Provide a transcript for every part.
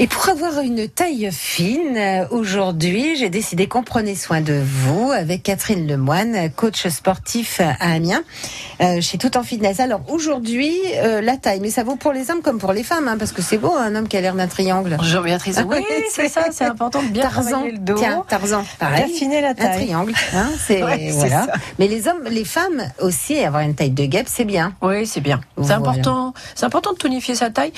Et pour avoir une taille fine, euh, aujourd'hui, j'ai décidé qu'on prenait soin de vous avec Catherine Lemoine, coach sportif à Amiens, euh, chez Tout en Fitness. Alors aujourd'hui, euh, la taille, mais ça vaut pour les hommes comme pour les femmes, hein, parce que c'est beau un homme qui a l'air d'un triangle. Bonjour Ah Béatrice. Oui, c'est ça, c'est important de bien Tarzan, travailler le dos. tiens, Tarzan, pareil. D'affiner la Un taille. triangle, hein, c'est Ouais, c'est voilà. ça. Mais les hommes, les femmes aussi, avoir une taille de guêpe, c'est bien. Oui, c'est bien. C'est Voilà. important. C'est important de tonifier sa taille.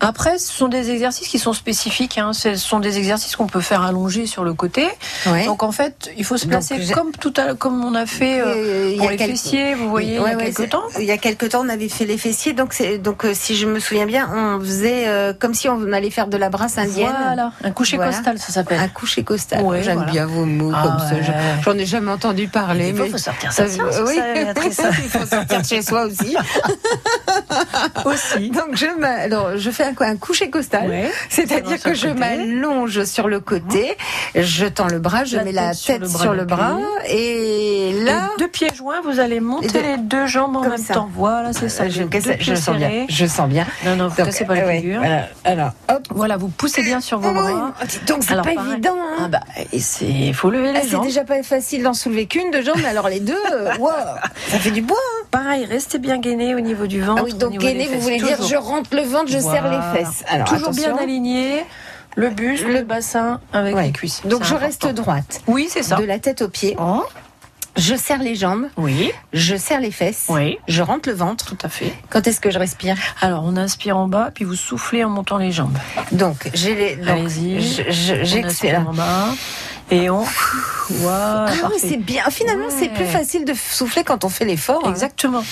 Après, ce sont des exercices qui sont spécifiques. hein. Ce sont des exercices qu'on peut faire allongés sur le côté. Ouais. Donc en fait, il faut se Donc, placer j'ai- comme tout à, comme on a fait euh, Euh, il y pour a les quelques- fessiers, vous voyez, Ouais, il y a ouais, quelque c'est- temps. Il y a quelque temps, on avait fait les fessiers, donc c'est donc euh, si je me souviens bien, on faisait euh, comme si on allait faire de la brasse indienne. Voilà, un coucher Voilà. Ah, costal, ça s'appelle. Un coucher costal. Ouais, J'aime voilà. bien vos mots Ah comme ça. ouais. Je- J'en ai jamais entendu parler, Il faut, mais faut sortir sa science, oui. ça, Béatrice. il faut sortir de chez soi aussi. aussi. Donc je m'a- alors je fais un, quoi un coucher costal. Ouais. C'est-à-dire Sur que le je côté. m'allonge sur le côté, je tends le bras, je La mets la tête sur tête le bras sur le appuyé. bras, et là, Les deux pieds joints, vous allez monter deux- les deux jambes en comme même ça. Euh, temps. Voilà, c'est ça. je, les deux je pieds sens bien, serrés. je sens bien. Non, non, vous Donc, ah euh, cassez pas la ouais, Ah figure. Voilà. voilà. Alors, hop. vous poussez bien sur vos bras. Donc c'est Alors, pas pareil. évident. hein. Ah bah, et c'est, il faut lever Ah, les c'est jambes. déjà pas facile d'en soulever qu'une de jambes, mais alors les deux, euh, wow, ça fait du bois. hein. Pareil, restez bien gainé au niveau du ventre. Ah oui, donc au niveau des gainer, vous fesses, voulez dire toujours. je rentre le ventre, je serre Voilà. les fesses. Alors toujours bien attention. aligné, le buste, le bassin avec Ouais. les cuisses. Donc C'est je important. reste droite, Oui, c'est ça. de la tête aux pieds. Oh, Je serre les jambes, Oui, je serre les fesses, oui, je rentre le ventre. tout à fait. Quand est-ce que je respire Alors on inspire en bas, puis vous soufflez en montant les jambes. Donc j'ai les. donc, Allez-y. je- je- On inspire J'expire. en bas et on. Voilà, Ah oui, parfait. c'est bien. Finalement, c'est plus Ouais. facile de souffler quand on fait l'effort. hein. Exactement.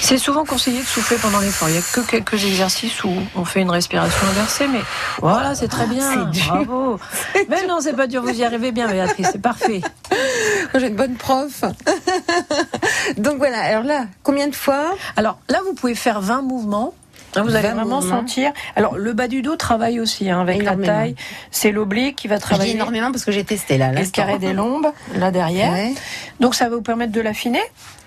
C'est souvent conseillé de souffler pendant l'effort. Il n'y a que quelques exercices où on fait une respiration inversée, mais voilà, c'est très bien. c'est dur. Bravo. Mais non, c'est pas dur. Vous y arrivez bien, Béatrice. C'est parfait. J'ai une bonne prof. Donc voilà, alors là, combien de fois Alors là, vous pouvez faire 20 mouvements. Hein, Vous allez 20 vraiment mouvements. sentir. Alors le bas du dos travaille aussi hein, avec Énormément. la taille. C'est l'oblique qui va Je dis travailler. énormément parce que j'ai testé là. Et le l'instant. carré des lombes, là derrière. Ouais. Donc ça va vous permettre de l'affiner.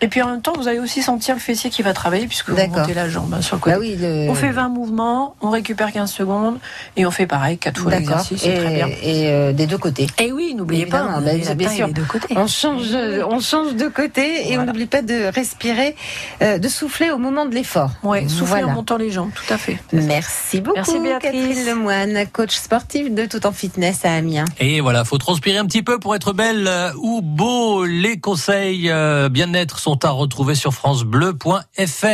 Et puis en même temps, vous allez aussi sentir le fessier qui va travailler puisque vous D'accord. montez la jambe hein, sur le côté. Bah oui, le- On fait 20 mouvements, on récupère 15 secondes et on fait pareil, 4 fois D'accord. l'exercice, c'est très Et, bien. et, euh, des deux côtés. Et oui, n'oubliez pas, Évidemment, on bah, est bien la taille sûr. des deux côtés. On change, euh, on change de côté et on Voilà. n'oublie pas de respirer, euh, de souffler au moment de l'effort. Ouais, souffler Voilà. en montant les jambes, tout à fait. Merci beaucoup, Merci, Béatrice. Catherine Lemoine, coach sportif de Tout en Fitness à Amiens. Et voilà, faut transpirer un petit peu pour être belle euh, ou beau. Les conseils euh, bien-être sont à retrouver sur francebleu.fr.